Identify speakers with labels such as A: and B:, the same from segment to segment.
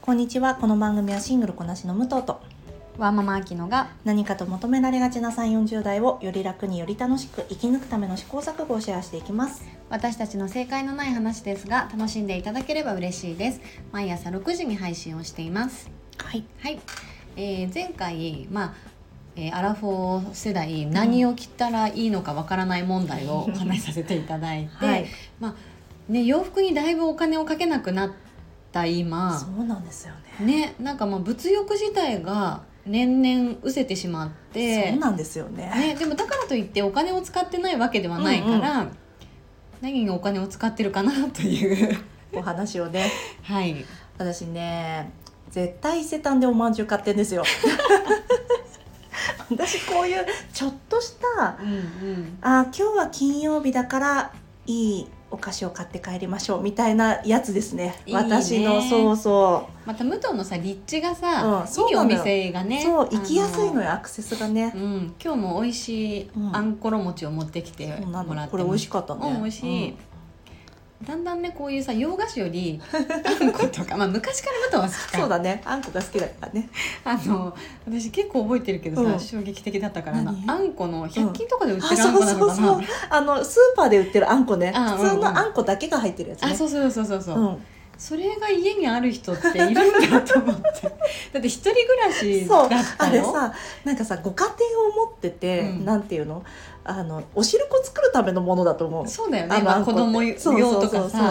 A: こんにちはこの番組はシングルこなしの武藤と
B: ワーママアキノが
A: 何かと求められがちな3 4 0代をより楽により楽しく生き抜くための試行錯誤をシェアしていきます
B: 私たちの正解のない話ですが楽しんでいただければ嬉しいです毎朝6時に配信をしています
A: はい
B: はい、えー前回まあえーアラフォー世代何を着たらいいのかわからない問題をお話しさせていただいて、
A: はい
B: ね、洋服にだいぶお金をかけなくなった今
A: そうなんですよね
B: ねなんかまあ物欲自体が年々失せてしまって
A: そうなんですよね
B: ね、でもだからといってお金を使ってないわけではないから、何にお金を使ってるかな という
A: お話をね
B: はい
A: 私ね絶対伊勢丹でおまんじゅう買ってんですよ 私こういうちょっとした
B: うんうん
A: あ今日は金曜日だからいいお菓子を買って帰りましょうみたいなやつですね
B: いいね
A: 私のそうそ
B: また武藤のさ立地がさ、
A: うんそう
B: いい
A: な
B: お
A: のよ
B: 店が
A: う、
B: ね
A: そう行きやすいの
B: よ、
A: よアクセスがね
B: う、ん、今日も美味しい
A: うん
B: あんころ餅を持ってきて
A: そうな
B: もらっ
A: の
B: て
A: これ美味しかったね、
B: うん美味しい、
A: うん
B: だんだんねこういうさ洋菓子より あんことか、まあ、昔から武藤は好きか
A: そうだねあんこが好きだからね
B: あの私結構覚えてるけどさ、
A: うん
B: 衝撃的だったからあの
A: 何
B: あんこの100均とかで売って
A: あ
B: るあん
A: そ
B: こ
A: う
B: なの
A: そう
B: か
A: そ
B: な、
A: うあのスーパーで売ってるあんこね
B: あ
A: 普通
B: うんうん
A: のあんこだけが入ってるやつね
B: あそうそうそうそうそう、
A: うん
B: それが家にある人っているんだと 思ってだって一人暮らし
A: そう
B: だっ
A: あ
B: た
A: れ
B: よ
A: さなんかさご家庭を持ってて、
B: うん
A: なんていうのあのお汁粉作るためのものだと思う
B: そうだよ
A: あ
B: ね
A: のあ
B: 今
A: んこ
B: 子
A: ってそ
B: 供用
A: うそうそ
B: と
A: うそう
B: かさ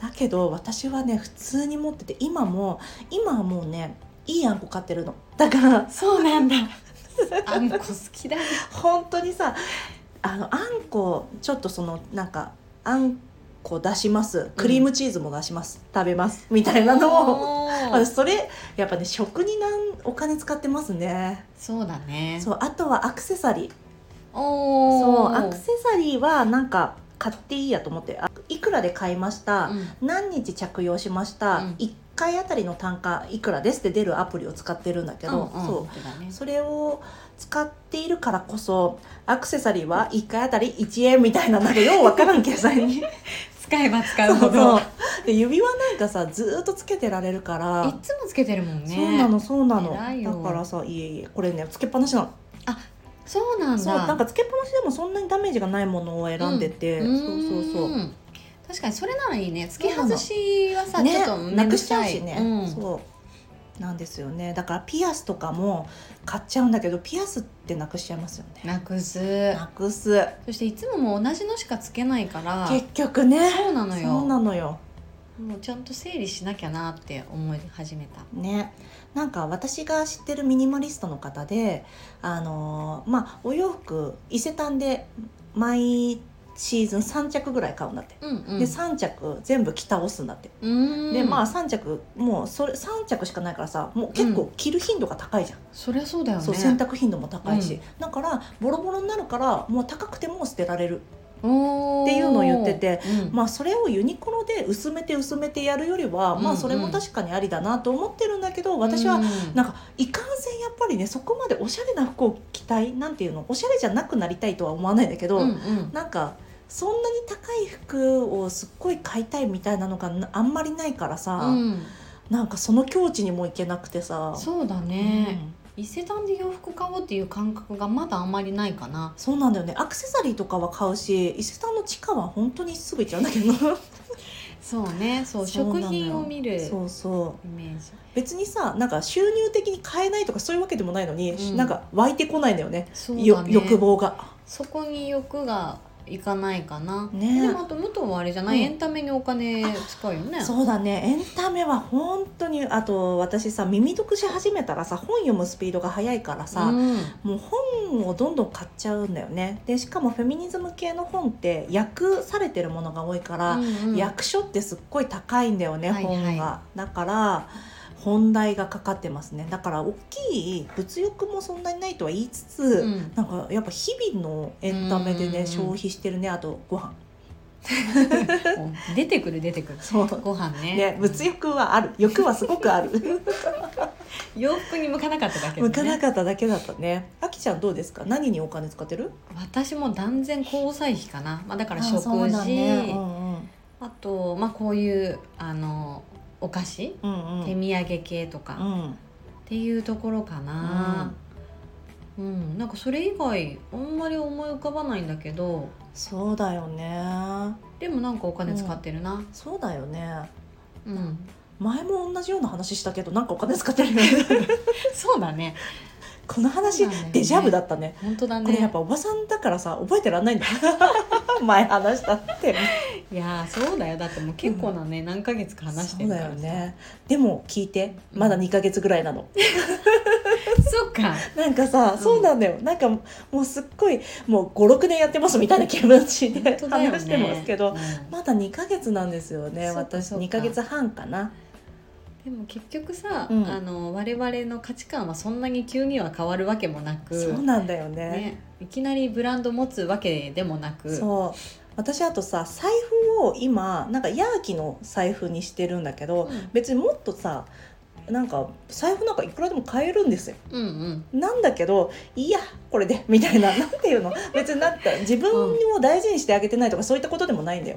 A: だけど私はね普通に持ってて今も今はもうねいいあんこ買ってるのだから
B: そうなんだあんこ好きだよ
A: 本当にさあのあんこちょっとそのなんかあんこ出しますクリームチーズも出します、食べますみたいなのを
B: おー
A: 私それやっぱね食になんお金使ってますね
B: そうだね
A: そうあとはアクセサリー
B: お
A: そう
B: ー
A: アクセサリーはなんか買っていいやと思ってあいくらで買いました、
B: うん
A: 何日着用しました、
B: うん
A: 1回あたりの単価いくらですって出るアプリを使ってるんだけど、
B: うんうん
A: そ
B: そうだね
A: うそれを使っているからこそアクセサリーは1回あたり1円みたいななんかようわからん計算 に
B: 使えば使
A: そうう
B: ほど
A: そうで指輪なんかさずーっとつけてられるから、
B: いつもつけてるもんね
A: そうなのそうなの
B: 偉いよ
A: だからさいえいえこれねつけっぱなしなの
B: そうなんだ
A: そうなんかつけっぱなしでもそんなにダメージがないものを選んでて、そうそうそう
B: ーん確かにそれならいいね付け外しはさ、
A: ね、
B: ちょっと面倒
A: な
B: く
A: くしちゃ
B: さ
A: う
B: い
A: しね、
B: うん
A: そうなんですよねだからピアスとかも買っちゃうんだけどピアスってなくしちゃいますよね
B: なくす
A: なくす
B: そしていつももう同じのしかつけないから
A: 結局ね
B: そうなのよ
A: そうなのよ
B: もうちゃんと整理しなきゃなって思い始めた
A: ねなんか私が知ってるミニマリストの方であのーまあお洋服伊勢丹で毎シーズン3着ぐらい買うんだって、
B: うんうん
A: で3着全部着倒すんだって、
B: うん
A: でまあ3着もうそれ3着しかないからさもう結構着る頻度が高いじゃん
B: そりゃそうだよね
A: そう洗濯頻度も高いし、
B: うん
A: だからボロボロになるからもう高くても捨てられる
B: おー
A: っていうのを言ってて、
B: うん
A: まあそれをユニクロで薄めて薄めてやるよりは、ま
B: うんう
A: あ
B: ん
A: それも確かにありだなと思ってるんだけど私は
B: うん
A: なんかいかんせんやっぱりねそこまでおしゃれな服を着たいなんていうのおしゃれじゃなくなりたいとは思わないんだけど、
B: うんうん
A: なんかそんなに高い服をすっごい買いたいみたいなのがあんまりないからさ、
B: うん
A: なんかその境地にも行けなくてさ。
B: そうだ
A: う
B: ね、
A: ん
B: 伊勢丹で洋服買おうっていう感覚がまだあんまりないかな
A: そうなんだよねアクセサリーとかは買うし伊勢丹の地下は本当にすぐ行っちゃうんだけど
B: そうねそう
A: そうなの
B: 食
A: よ
B: 品を見る イ
A: そうそう
B: メージ
A: 別にさなんか収入的に買えないとかそういうわけでもないのに、
B: うん
A: なんか湧いてこないんだよね
B: そう
A: よ
B: だね
A: 欲望が
B: そこに欲がいかないかな、
A: ね
B: でもあと武藤はあれじゃない、
A: うん
B: エンタメにお金使うよね
A: そうだねエンタメは本当にあと私さ耳読し始めたらさ本読むスピードが速いからさ、
B: うん
A: もう本をどんどん買っちゃうんだよねでしかもフェミニズム系の本って訳されてるものが多いから、
B: うんうん
A: 役所ってすっごい高いんだよね、
B: はいはい
A: 本がだから本題がかかってますねだから大きい物欲もそんなにないとは言いつつ、
B: うん
A: なんかやっぱ日々のエンタメで
B: う
A: ね
B: ん
A: 消費してるねあとご飯
B: お出てくる出てくる
A: そう
B: ご飯ね
A: ね物欲はある欲はすごくある
B: 洋服に向かなかっただけで、
A: 向かな
B: ね、
A: かっただけだったねあきちゃんどうですか何にお金使ってる
B: 私も断然交際費かな、まあ、だから
A: あ
B: 食
A: そうだ
B: 事あ,、
A: ねうんうん
B: と、まあ、こういうあのお菓子、
A: うんうん
B: 手土産系とか、
A: う
B: っ
A: ん
B: ていうところかな、うんなんかそれ以外あんまり思い浮かばないんだけど
A: そうだよね
B: でもなんかお金使ってるな、
A: そうだよね
B: うん
A: 前も同じような話したけどなんかお金使ってる ね
B: そうだね
A: この話、
B: そうなんだよね
A: デジャブだったね
B: 本当だね
A: これやっぱおばさんだからさ覚えてらん ないんだ前話したって
B: いやーそうだよだってもう結構なね、何ヶ月か話して
A: そう
B: るか
A: だ
B: ら
A: よ
B: さ
A: ねでも聞いてまだ2ヶ月ぐらいなの、
B: そっか
A: なんかさ、
B: うん
A: そうなんだよなんかもうすっごいもう56年やってますみたいな気持ちで、
B: 本当だよ、ね、
A: 話してますけど、
B: うん
A: まだ2ヶ月なんですよね
B: そうか
A: 私
B: そうか
A: 2ヶ月半かな
B: でも結局さ、
A: うん
B: あの我々の価値観はそんなに急には変わるわけもなく
A: そうなんだよね
B: ね、いきなりブランド持つわけでもなく
A: そう私あとさ財布を今なんかヤーキの財布にしてるんだけど、
B: うん
A: 別にもっとさなんか財布なんかいくらでも買えるんですよ
B: うんうん
A: なんだけどいやこれでみたいな なんていうの別になんか自分を大事にしてあげてないとかそういったことでもないんだよ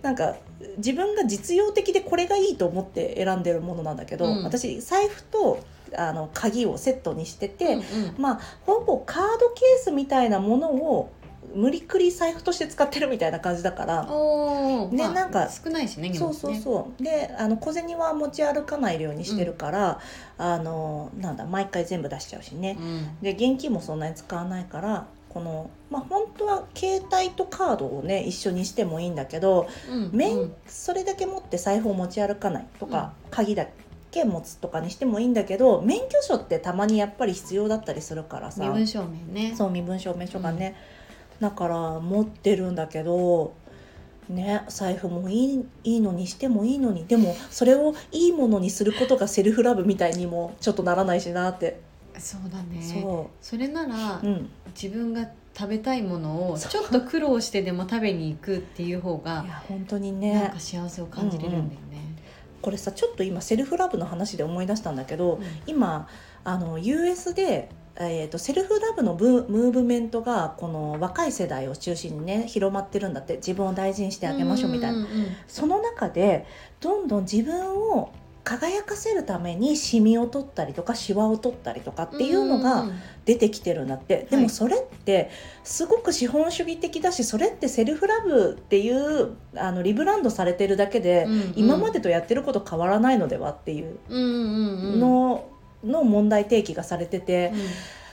A: なんか自分が実用的でこれがいいと思って選んでるものなんだけど、
B: うん
A: 私財布とあの鍵をセットにしてて、
B: うんうん
A: まあほぼカードケースみたいなものを無理くり財布として使ってるみたいな感じだから
B: おー
A: ね
B: まあ
A: なんか
B: 少ないしね荷
A: そ
B: 物
A: う
B: ね
A: そうそうであの小銭は持ち歩かないようにしてるから、あのなんだ毎回全部出しちゃうしね、
B: うん
A: で現金もそんなに使わないからこのまあ本当は携帯とカードをね一緒にしてもいいんだけど
B: うん
A: 免
B: うん
A: それだけ持って財布を持ち歩かないとか、鍵だけ持つとかにしてもいいんだけど免許証ってたまにやっぱり必要だったりするからさ
B: 身分証明ね
A: そう身分証明書がね、だから持ってるんだけどね財布もいいいいのにしてもいいのにでもそれをいいものにすることがセルフラブみたいにもちょっとならないしなって、
B: そうだね
A: そ
B: それなら、
A: ううん
B: 自分が食べたいものを
A: そう
B: ちょっと苦労してでも食べに行くっていう方が
A: いや本当に
B: なん
A: ね
B: か幸せを感じれるんだよね。
A: これさちょっと今セルフラブの話で思い出したんだけど
B: うん
A: 今あの US で、えー、とセルフラブのブムーブメントがこの若い世代を中心にね広まってるんだって自分を大事にしてあげましょうみたいな。
B: んんうん
A: その中でどんどん自分を輝かせるためにシミを取ったりとかシワを取ったりとかっていうの
B: ん
A: が
B: ん
A: 出てきてるんだって、で
B: は
A: も
B: い
A: それってすごく資本主義的だしそれってセルフラブっていうあのリブランドされてるだけで、
B: うんうん
A: 今までとやってること変わらないのではっていう
B: うんうんうん
A: の、の問題提起がされてて、
B: うん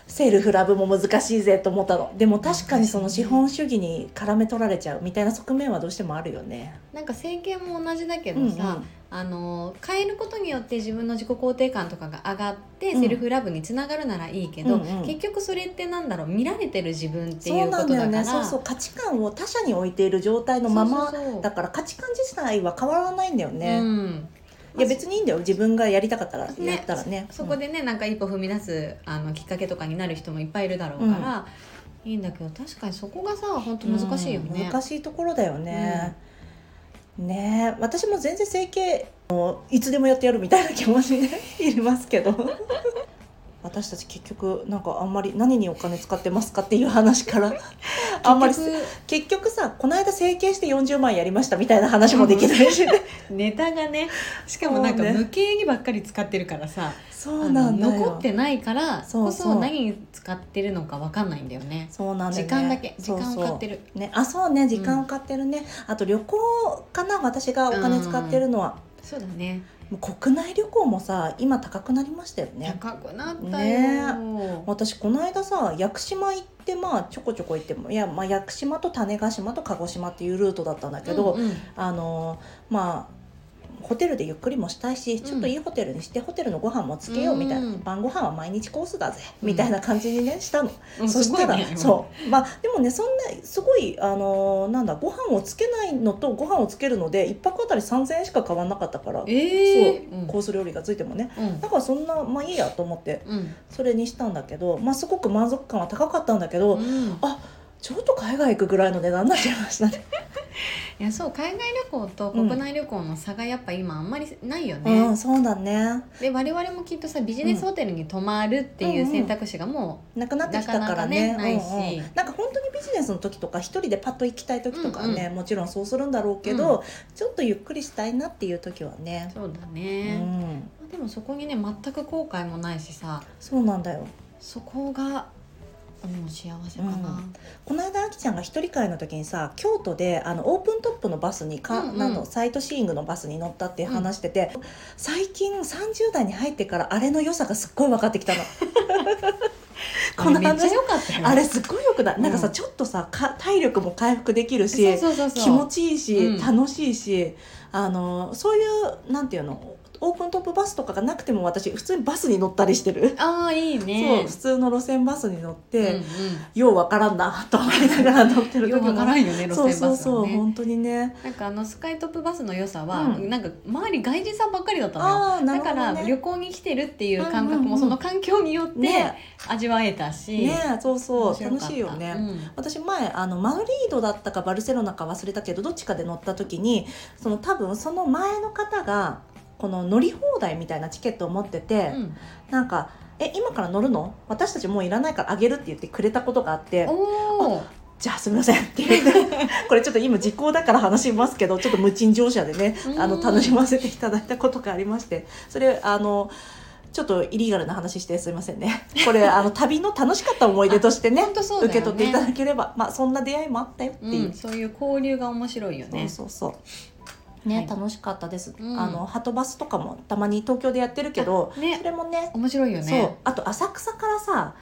A: セルフラブも難しいぜと思ったのでも確かにその資本主義に絡め取られちゃうみたいな側面はどうしてもあるよね。
B: なんか政権も同じだけどさ、
A: うんうん
B: あの変えることによって自分の自己肯定感とかが上がって、
A: うん
B: セルフラブにつながるならいいけど、
A: うんうん
B: 結局それってなんだろう見られてる自分ってい
A: そう
B: うこ
A: なん
B: とだ
A: だ
B: か
A: よ
B: ら
A: ねそうそう価値観を他者に置いている状態のまま
B: そうそうそう
A: だから価値観自体は変わらないんだよ
B: う
A: ね、
B: ん
A: いや別にいいんだよ自分がやりたかったらや
B: ね
A: ったらね
B: そこでね、なんか一歩踏み出すあのきっかけとかになる人もいっぱいいるだろうから、いいんだけど確かにそこがさ本当
A: うん
B: 難しいよね。
A: うん難しいところだよね、ねえ私も全然整形もういつでもやってやるみたいな気持ちでいますけ ど私たち結局なんかあんまり何にお金使ってますかっていう話からあんまり
B: 結
A: 結局さこの間整形して40万やりましたみたいな話もできないし、ね、
B: 局ネタがねしかもなん
A: そ
B: か
A: うね
B: 無形にばっかり使ってるからさ、
A: そ
B: あ
A: う
B: の
A: なんだよ
B: 残ってないからこそ
A: そうそう
B: 何に使ってるのかわかんないんだよね。
A: そうなんだよ
B: 時
A: ね
B: 間だけ時間を買っ
A: る
B: てる。
A: ね、あそうね時間を買ってるね、あと旅行かな私がお金使ってるのは、
B: そうだね。
A: もう国内旅行もさ今高くなりましたよね
B: 高くなった
A: ね
B: よ。
A: 私この間さ屋久島行ってまあちょこちょこ行ってもいや、まあ、屋久島と種子島と鹿児島っていうルートだったんだけど、
B: うんうん
A: あのまあホテルでゆっくりもしたいしちょっといいホテルにして、ホテルのご飯もつけようみたいな、
B: うん
A: 晩ご飯は毎日コースだぜみたいな感じにねしたの、
B: うん
A: そしたら、
B: すごいね
A: そうまあでもねそんなすごいあのーなんだご飯をつけないのとご飯をつけるので一泊あたり3,000円しか変わんなかったから、
B: ええ
A: そう、
B: うん
A: コース料理がついてもね
B: うん
A: だからそんなまあいいやと思って
B: うん
A: それにしたんだけど、まあ、すごく満足感は高かったんだけど、
B: うん
A: ちょっと海外行くぐらいの値段になっちゃいましたね
B: いやそう海外旅行と
A: うん
B: 国内旅行の差がやっぱ今あんまりないよ ね、
A: うん、そうだね。
B: で我々もきっとさビジネスホテルに泊まるっていう選択肢がも
A: なくなってきたからね。
B: なかなかねないし
A: うんうんなんか本当にビジネスの時とか、一人でパッと行きたい時とかはね、
B: うん
A: もちろんそうするんだろうけど、ちょっとゆっくりしたいなっていう時は
B: う、
A: ね。
B: そうだ
A: う
B: ね、
A: ん、
B: まあでもそこにね全く後悔もないしさ
A: そうなんだよ。
B: そこがもう幸せかな、
A: この間あきちゃんが一人会の時にさ京都であのオープントップのバスにか、
B: うんうん
A: なんのサイトシーイングのバスに乗ったって話してて、最近30代に入ってからあれの良さがすっごい分かって きたの。こ
B: あ
A: の
B: れめっちゃ
A: 話
B: 良かったよ
A: あれすっごいよくない、なんかさ
B: うん
A: ちょっとさか体力も回復できるし
B: そうそうそうそう
A: 気持ちいいし、
B: うん
A: 楽しいしあのそういうなんていうのオープントップバスとかがなくても私普通にバスに乗ったりしてる、
B: ああいい
A: そ
B: ね
A: う普通の路線バスに乗って、
B: うん
A: ようわからんなと思いながら乗って
B: う
A: る
B: ん、
A: 時
B: よくわからんよね路線
A: そ
B: バ
A: う
B: スはね
A: そうそう、本当にね。
B: なんかあのスカイトップバスの良さは、
A: うん
B: なんか周り外人さんばっかりだったのよ
A: ああ、なる
B: だ
A: ほ
B: か
A: ど
B: ら
A: ね
B: 旅行に来てるっていう感
A: うん
B: 覚
A: うんう
B: も
A: ん
B: その環境によって
A: ね
B: 味わえたし、
A: ねそう
B: 面
A: そう
B: 白か
A: 楽
B: った
A: しいよね。
B: うん
A: 私前あのマドリードだったかバルセロナか忘れたけどどっちかで乗った時にその多分その前の方がこの乗り放題みたいなチケットを持ってて、
B: うん
A: なんか「え今から乗るの私たちもういらないからあげる」って言ってくれたことがあって
B: おお
A: 「じゃあすみません」って言って これちょっと今時効だから話しますけどちょっと無賃乗車でね
B: うん
A: あの楽しませていただいたことがありましてそれあの。ちょっとイリーガルな話してすみませんね。これあの旅の楽しかった思い出として ね
B: 本当そうだよ
A: 受
B: ね
A: け取っていただければ、まあそんな出会いもあったよって
B: う
A: い
B: ん、
A: う。
B: そういう交流が面白いよね
A: そうそうそう。ね、
B: はい
A: 楽しかったです。
B: うん
A: あのハトバスとかもたまに東京でやってるけど、そ
B: ね
A: れもね、
B: 面白いよね
A: そう。あと浅草からさ、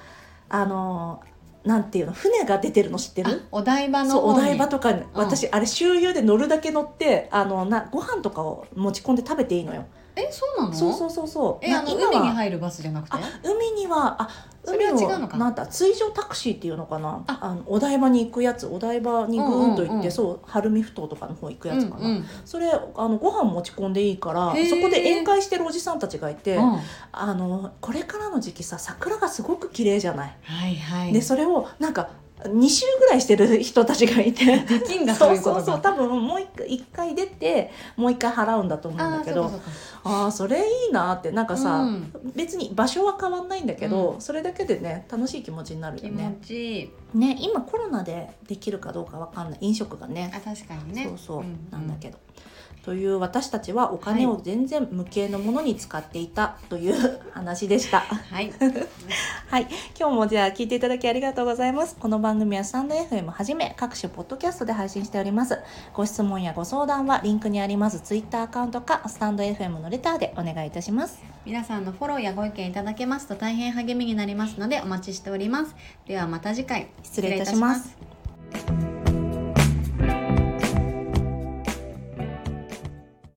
A: あのなんていうの船が出てるの知って
B: あ
A: る？
B: お台場の
A: そうお
B: 方に
A: 台場とかに、私あれ周遊で乗るだけ乗ってあのなご飯とかを持ち込んで食べていいのよ。
B: えそうなの
A: そうそうそうそう。
B: え
A: な
B: あの
A: 今は
B: 海に入るバスじゃなくて
A: あ海にはあ
B: それは
A: 海を
B: 違うのか
A: なんだ水上タクシーっていうのかな
B: あ
A: あのお台場に行くやつお台場にグーンと行って、
B: うんうんうん
A: そう晴海ふ頭とかの方行くやつかな、
B: うんうん
A: それあのご飯持ち込んでいいから
B: へー
A: そこで宴会してるおじさんたちがいて、
B: うん、は
A: あのこれからの時期さ桜がすごく綺麗じゃない、
B: いはい
A: でそれをなんか2周ぐらいしてる人たちがいて。
B: できんだそう
A: そう
B: いうこ
A: そ
B: と
A: うそう多分もう一回一回出てもう一回払うんだと思うん
B: あ
A: だ
B: あ
A: け
B: そ
A: ど
B: うかそうか
A: ああそれいいなってなんかさ、
B: うん
A: 別に場所は変わんないんだけど、それだけでね楽しい気持ちになる
B: 気
A: よ
B: 持
A: ね
B: ちいい
A: ね今コロナでできるかどうかわかんない飲食がね
B: あ確かにね
A: そうそう、
B: ん
A: なんだけどという私たちはお金を全然無形のものに使っていたという話でした、
B: はい
A: はい今日もじゃあ聞いていただきありがとうございますこの番組はスタンド FM はじめ各種ポッドキャストで配信しておりますご質問やご相談はリンクにありますツイッターアカウントかスタンド FM のレターでお願いいたします
B: 皆さんのフォローやご意見いただけますと大変励みになりますのでお待ちしておりますではまた次回
A: 失礼いたします
B: 失礼いたします